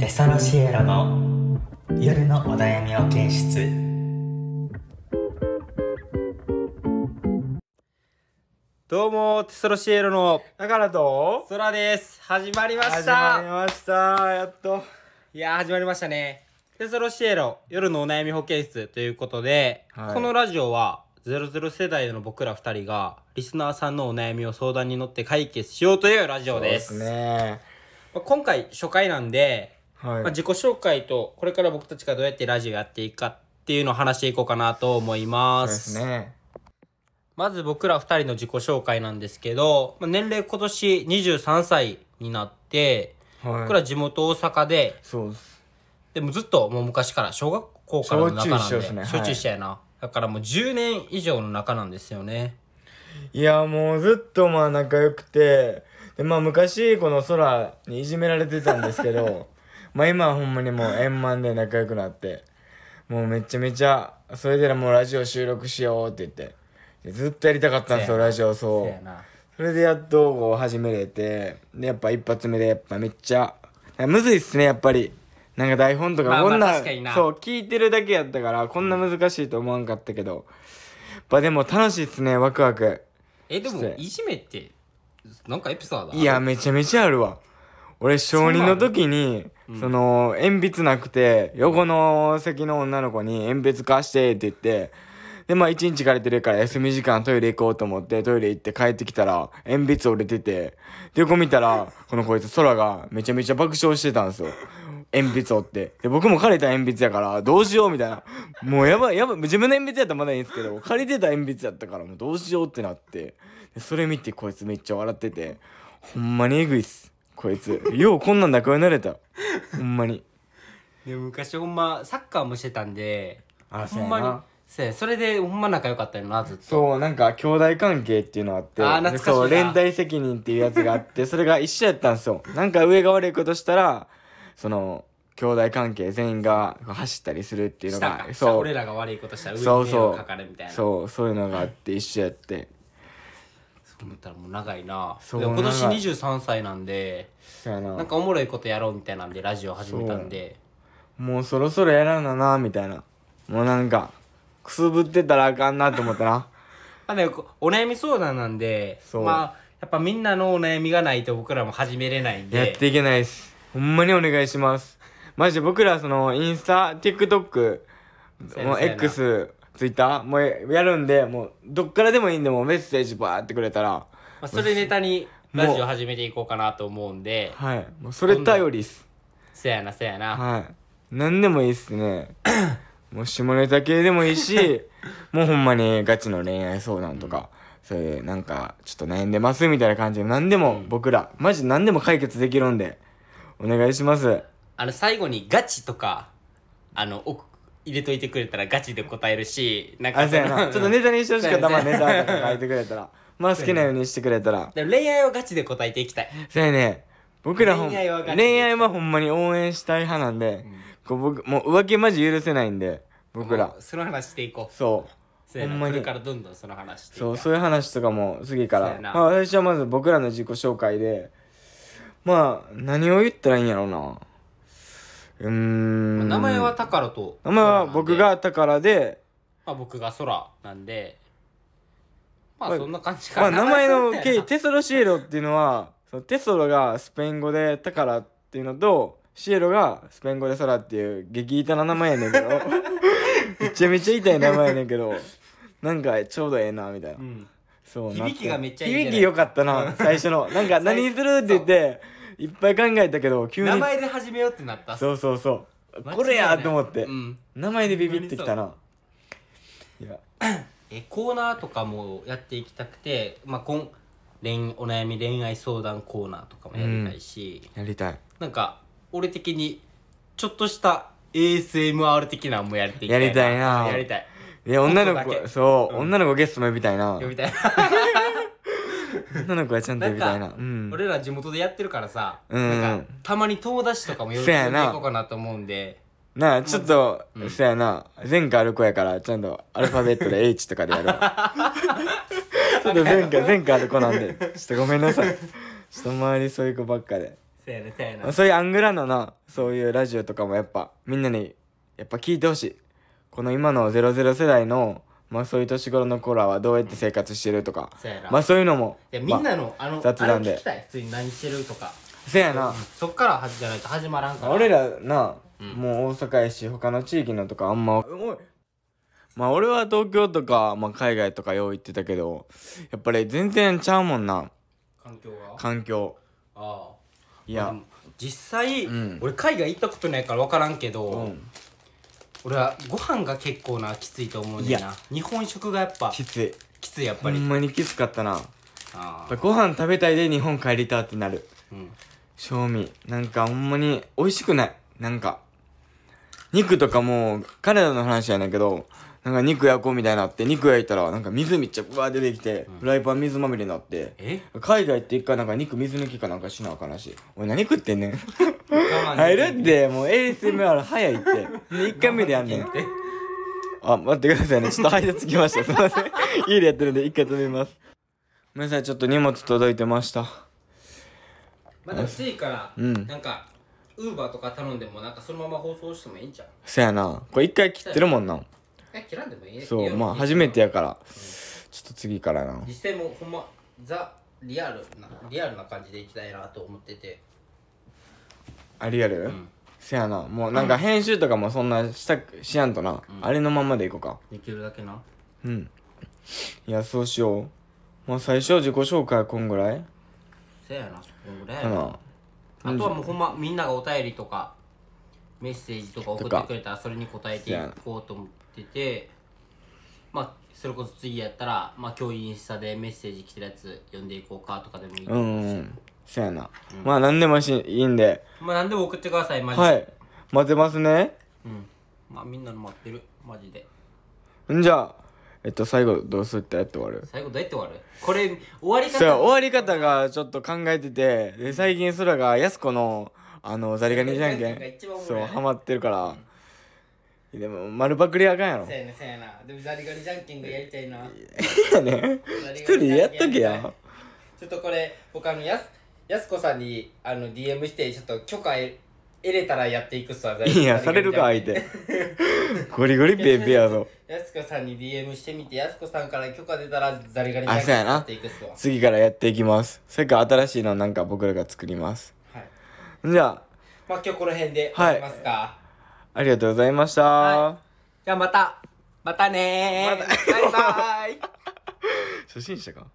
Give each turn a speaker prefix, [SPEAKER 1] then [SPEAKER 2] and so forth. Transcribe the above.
[SPEAKER 1] テソロシエロの夜のお悩みを検出
[SPEAKER 2] どうもテソロシエロの
[SPEAKER 3] だからどう
[SPEAKER 2] ソラです始まりまし
[SPEAKER 3] 始まり
[SPEAKER 2] た
[SPEAKER 3] ましたやっと
[SPEAKER 2] いやー始まりましたねテソロシエロ夜のお悩み保健室ということで、
[SPEAKER 3] はい
[SPEAKER 2] このラジオは00世代の僕ら二人がリスナーさんのお悩みを相談に乗って解決しようというラジオです
[SPEAKER 3] そうですね
[SPEAKER 2] まあ今回初回なんで、ま
[SPEAKER 3] はい、
[SPEAKER 2] あ、自己紹介とこれから僕たちがどうやってラジオやっていくかっていうのを話していこうかなと思い
[SPEAKER 3] そう
[SPEAKER 2] ま
[SPEAKER 3] ですすね
[SPEAKER 2] まず僕ら二人の自己紹介なんですけど、まあ、年齢今年23歳になって、
[SPEAKER 3] はい
[SPEAKER 2] 僕ら地元大阪で、
[SPEAKER 3] そうです
[SPEAKER 2] でもずっともう昔から小学校からの仲なん
[SPEAKER 3] 小中一緒
[SPEAKER 2] で、
[SPEAKER 3] ですねはい
[SPEAKER 2] 小中一緒やな。だからもう10年以上の仲なんですよね。
[SPEAKER 3] いやもうずっとまあ仲良くてでまあ昔この空にいじめられてたんです けどまあ今はほんまにもう円満で仲良くなってもうめちゃめちゃそれでもうラジオ収録しようって言ってでずっとやりたかったんです
[SPEAKER 2] せ
[SPEAKER 3] よ
[SPEAKER 2] やな
[SPEAKER 3] ラジオそう
[SPEAKER 2] せやな。
[SPEAKER 3] それでやっとこう始めれてでやっぱ一発目でやっぱめっちゃむずいっすねやっぱりなんか台本とか
[SPEAKER 2] まあまあ
[SPEAKER 3] こんな,、
[SPEAKER 2] 確かにな
[SPEAKER 3] そう聞いてるだけやったからこんな難しいと思わんかったけど、やっぱでも楽しいっすねワクワク
[SPEAKER 2] え、でも
[SPEAKER 3] せ、
[SPEAKER 2] いじめって、なんかエピソードある
[SPEAKER 3] いや、めちゃめちゃあるわ俺小2の時にそ,、の鉛筆なくて横の席の女の子に鉛筆貸してって言ってでまあ一日借りてるから休み時間トイレ行こうと思ってトイレ行って帰ってきたら鉛筆折れててで横見たらこのこいつ空がめちゃめちゃ爆笑してたんですよ鉛筆折ってで僕も借りた鉛筆やからどうしようみたいなもうやばいやばい自分の鉛筆やったらまだいいんですけど借りてた鉛筆やったからもうどうしようってなってでそれ見てこいつめっちゃ笑っててほんまにえぐいっすこいつようこんなん仲良くなれたほんまに
[SPEAKER 2] で昔ほんまサッカーもしてたんで、
[SPEAKER 3] あ
[SPEAKER 2] ほんまに、せやそれでほんま仲良かったよな、ずっと。
[SPEAKER 3] そうなんか兄弟関係っていうのあって
[SPEAKER 2] あー懐かしいな
[SPEAKER 3] そう連帯責任っていうやつがあってそれが一緒やったんですよなんか上が悪いことしたらその兄弟関係全員が走ったりするっていう
[SPEAKER 2] し
[SPEAKER 3] の
[SPEAKER 2] た
[SPEAKER 3] が
[SPEAKER 2] か。
[SPEAKER 3] そう
[SPEAKER 2] 俺らが悪いことしたら上
[SPEAKER 3] そう
[SPEAKER 2] に迷惑
[SPEAKER 3] そ
[SPEAKER 2] かかるみたいうな。
[SPEAKER 3] そうそういうのがあって一緒やって
[SPEAKER 2] そう思ったらもう長いな。
[SPEAKER 3] そう
[SPEAKER 2] でも今年
[SPEAKER 3] 長い
[SPEAKER 2] 23歳なんで、
[SPEAKER 3] そうや
[SPEAKER 2] な
[SPEAKER 3] なん
[SPEAKER 2] かおもろいことやろうみたいなんでラジオ始めたんで、
[SPEAKER 3] もうそろそろやらななみたいなもうなんかくすぶってたらあかんなと思ったな
[SPEAKER 2] まあね、こお悩み相談なんで、
[SPEAKER 3] そう
[SPEAKER 2] まあ、やっぱみんなのお悩みがないと僕らも始めれないんで、
[SPEAKER 3] やっていけないっすほんまにお願いしますマジで僕らそのインスタ
[SPEAKER 2] そうやな
[SPEAKER 3] TikTok もう
[SPEAKER 2] そうやな
[SPEAKER 3] X ツイッターもうやるんでもうどっからでもいいんでもうメッセージバーってくれたら
[SPEAKER 2] まあ、それネタにラジオ始めていこうかなと思うんで、
[SPEAKER 3] はいもうそれ頼りっす
[SPEAKER 2] せやなせやな。
[SPEAKER 3] はい何でもいいっす ねもう下ネタ系でもい いしもうほんまにガチの恋愛相談とか、そういうなんかちょっと悩んでますみたいな感じで何でも僕ら、マジ何でも解決できるんでお願いします
[SPEAKER 2] あの、最後にガチとか、あの、お入れといてくれたらガチで答えるし、なんか
[SPEAKER 3] あ、
[SPEAKER 2] そ
[SPEAKER 3] そうや
[SPEAKER 2] の
[SPEAKER 3] な。ちょっとネタにしてほしかった。まあ
[SPEAKER 2] そう
[SPEAKER 3] ネ
[SPEAKER 2] や
[SPEAKER 3] タとか書いてくれたら。まあ好きなようにしてくれたら。
[SPEAKER 2] でも恋愛をガチで答えていきたい。
[SPEAKER 3] そうやね。僕らほん、
[SPEAKER 2] 恋愛はガチで
[SPEAKER 3] 恋愛はほんまに応援したい派なんで、こう僕、もう浮気マジ許せないんで、僕
[SPEAKER 2] も
[SPEAKER 3] ら
[SPEAKER 2] う。その話していこう。
[SPEAKER 3] そ
[SPEAKER 2] せやな
[SPEAKER 3] ほんまに
[SPEAKER 2] これからどんどんその話していこ
[SPEAKER 3] う。そうう、。そういう話とかも次か
[SPEAKER 2] そう
[SPEAKER 3] ら。
[SPEAKER 2] やな
[SPEAKER 3] まあ私はまず僕らの自己紹介で、まあ何を言ったらいいんやろうな。う
[SPEAKER 2] ま
[SPEAKER 3] ー
[SPEAKER 2] あ
[SPEAKER 3] ん。
[SPEAKER 2] 名前はタカラと、
[SPEAKER 3] 名前は僕が宝で、
[SPEAKER 2] まあ、僕が空なんで、まあ
[SPEAKER 3] まあ
[SPEAKER 2] そんな感じか
[SPEAKER 3] まあ、
[SPEAKER 2] な。
[SPEAKER 3] 名前の
[SPEAKER 2] そうやな
[SPEAKER 3] 経緯 テソロシエロっていうのはそのテソロがスペイン語で「タカラ」っていうのとシエロがスペイン語で「ソラ」っていう激痛な名前やねん けどめちゃめちゃ痛い名前やねんけどなんかちょうどええなみたいな、
[SPEAKER 2] うん。
[SPEAKER 3] そう
[SPEAKER 2] 響きがめっちゃいいんじゃない
[SPEAKER 3] 響きよかったな最初のなんか
[SPEAKER 2] 最
[SPEAKER 3] 何するって言っていっぱい考えたけど急に
[SPEAKER 2] 名前で始めようってなったっす
[SPEAKER 3] そうそうそ
[SPEAKER 2] 間違
[SPEAKER 3] う
[SPEAKER 2] いない
[SPEAKER 3] これやと思って、
[SPEAKER 2] うん、
[SPEAKER 3] 名前でビビってきたないや
[SPEAKER 2] えコーナーとかもやっていきたくて、まあ、こん恋お悩み恋愛相談コーナーとかもやりたいし、
[SPEAKER 3] やりたい
[SPEAKER 2] なんか俺的にちょっとした ASMR 的なのもやりていきたい
[SPEAKER 3] やりたいな
[SPEAKER 2] やりたい
[SPEAKER 3] で女の
[SPEAKER 2] 男だけ
[SPEAKER 3] 子そう、
[SPEAKER 2] うん
[SPEAKER 3] 女の子ゲストも呼びたいな
[SPEAKER 2] 呼びたい
[SPEAKER 3] 女の子はちゃんと呼びたいな。
[SPEAKER 2] な
[SPEAKER 3] うん。
[SPEAKER 2] 俺ら地元でやってるからさ、
[SPEAKER 3] うん
[SPEAKER 2] なんかたまに友達とかも呼ん
[SPEAKER 3] せ
[SPEAKER 2] で
[SPEAKER 3] や
[SPEAKER 2] い
[SPEAKER 3] な
[SPEAKER 2] こうかなと思うんで
[SPEAKER 3] なあ、ちょっと
[SPEAKER 2] うん、
[SPEAKER 3] そやな、前科ある子やから、ちゃんとアルファベットで H とかでやろ う。ちょっと前科、前科ある子なんで、ちょっとごめんなさい。ちょっと周りそういう子ばっかで。
[SPEAKER 2] せやなせやな
[SPEAKER 3] まあそういうアングラのな、そういうラジオとかもやっぱ、みんなに、やっぱ聞いてほしい。この今の00世代の、まあそういう年頃の子らはどうやって生活してるとか、
[SPEAKER 2] そうやな
[SPEAKER 3] まあそういうのも、
[SPEAKER 2] いやみん
[SPEAKER 3] まあ
[SPEAKER 2] なのあの
[SPEAKER 3] 雑談で
[SPEAKER 2] あれ聞きたい普通に何してるとか
[SPEAKER 3] せやな
[SPEAKER 2] うん、そっからはじゃないと始まらんから
[SPEAKER 3] 俺らな、
[SPEAKER 2] うん
[SPEAKER 3] もう大阪やし、他の地域のとかあんま、おいまあ俺は東京とか、まあ海外とかよう行ってたけど、やっぱり全然ちゃうもんな、
[SPEAKER 2] 環境が
[SPEAKER 3] 環境。
[SPEAKER 2] ああ
[SPEAKER 3] い
[SPEAKER 2] まあ
[SPEAKER 3] や
[SPEAKER 2] で、も実際、
[SPEAKER 3] うん
[SPEAKER 2] 俺海外行ったことないから分からんけど、
[SPEAKER 3] うん、
[SPEAKER 2] 俺はご飯が結構なきついと思うねん
[SPEAKER 3] い
[SPEAKER 2] な日本食がやっぱ
[SPEAKER 3] きつい。
[SPEAKER 2] きついやっ
[SPEAKER 3] ほ
[SPEAKER 2] ぱり、
[SPEAKER 3] んまにきつかったな。やっ
[SPEAKER 2] あ
[SPEAKER 3] ぱ
[SPEAKER 2] あ
[SPEAKER 3] ご飯食べたいで日本帰りたってなる。
[SPEAKER 2] うん
[SPEAKER 3] 賞味なんかほんまに美味しくないなんか肉とかもう彼らの話やねんけどなんか肉焼こうみたいになって肉焼いたらなんか水めっちゃぶわー出てきて、フライパン水まみれになって
[SPEAKER 2] え
[SPEAKER 3] 海外って一回なんか肉水抜きかなんかしなあかんらしい俺何食ってんねん
[SPEAKER 2] 我慢
[SPEAKER 3] 入
[SPEAKER 2] でき
[SPEAKER 3] るってもう ASMR 早いってで1回目でやんねん
[SPEAKER 2] え
[SPEAKER 3] あ、待ってくださいね。ちょっと配達来ました。すいません。家でやってるんで、一回止めます。ごめんなさい、ちょっと荷物届いてました。
[SPEAKER 2] まだ暑いから、
[SPEAKER 3] うん
[SPEAKER 2] なんかウーバーとか頼んでもなんかそのまま放送してもいいんじゃん
[SPEAKER 3] そやな。これ一回切ってるもんな。
[SPEAKER 2] え切らんでもいい
[SPEAKER 3] そう、まあ
[SPEAKER 2] 初
[SPEAKER 3] 初めてやから、ちょっと次からな。
[SPEAKER 2] 実際もうほんまザリアルなリアルな感じでいきたいなと思ってて
[SPEAKER 3] あ、リアル
[SPEAKER 2] ん
[SPEAKER 3] せやな。もうなんか編集とかもそんなしたく、しやんとな。あれのままでいこうか。
[SPEAKER 2] できるだけな
[SPEAKER 3] うん。いや、そうしよう。もう最初自己紹介こんぐらい
[SPEAKER 2] せやなこんぐらい
[SPEAKER 3] か
[SPEAKER 2] やな
[SPEAKER 3] な。
[SPEAKER 2] あとはもうほんまみんながお便りとかメッセージとか送ってくれたらそれに答えていこうと思っててまあそれこそ次やったらまあ今日インスタでメッセージ来てるやつ読んでいこうかとかでもいい、
[SPEAKER 3] うんうん。せやな。まあ何でもしいいんで。
[SPEAKER 2] まあ何でも送ってくださいマジで、
[SPEAKER 3] はい。待てますね。
[SPEAKER 2] うんまあみんなの待ってるマジで
[SPEAKER 3] んじゃあ、えっと、最後どうするってやって終わる
[SPEAKER 2] 最後どうやって終わるこれ終わり方
[SPEAKER 3] そう終わり方がちょっと考えててで最近空がやす子のあのザリガニじゃんけ
[SPEAKER 2] ザリガニが
[SPEAKER 3] ん
[SPEAKER 2] 一番おも
[SPEAKER 3] そ
[SPEAKER 2] ろいうね
[SPEAKER 3] ハマってるから、でも丸パクリあかんやろ
[SPEAKER 2] せやなせやなでもザリガニじゃんけんがやりたいな
[SPEAKER 3] ね
[SPEAKER 2] ザリガ
[SPEAKER 3] 一人
[SPEAKER 2] ニ
[SPEAKER 3] で
[SPEAKER 2] じ
[SPEAKER 3] や
[SPEAKER 2] ゃ
[SPEAKER 3] っ
[SPEAKER 2] んけん
[SPEAKER 3] とけ
[SPEAKER 2] りた
[SPEAKER 3] や
[SPEAKER 2] いちょっとこれ僕あのやすやすこさんにあの DM してちょっと許可得得れたらやっていくっすわザリ
[SPEAKER 3] いやされるか相手ゴリゴリペーペーやぞ
[SPEAKER 2] やすこさんに DM してみてやすこさんから許可出たらザリガニじゃ
[SPEAKER 3] あ
[SPEAKER 2] ん
[SPEAKER 3] そ
[SPEAKER 2] け
[SPEAKER 3] うんやな
[SPEAKER 2] やっていくっすわ
[SPEAKER 3] 次からやっていきますそれから新しいのなんか僕らが作ります
[SPEAKER 2] はい
[SPEAKER 3] じゃ
[SPEAKER 2] まあ今日この辺で終
[SPEAKER 3] はい
[SPEAKER 2] わりますか、
[SPEAKER 3] あありがとうございました、
[SPEAKER 2] はじゃあまたまたねーバイバイ
[SPEAKER 3] 初心者か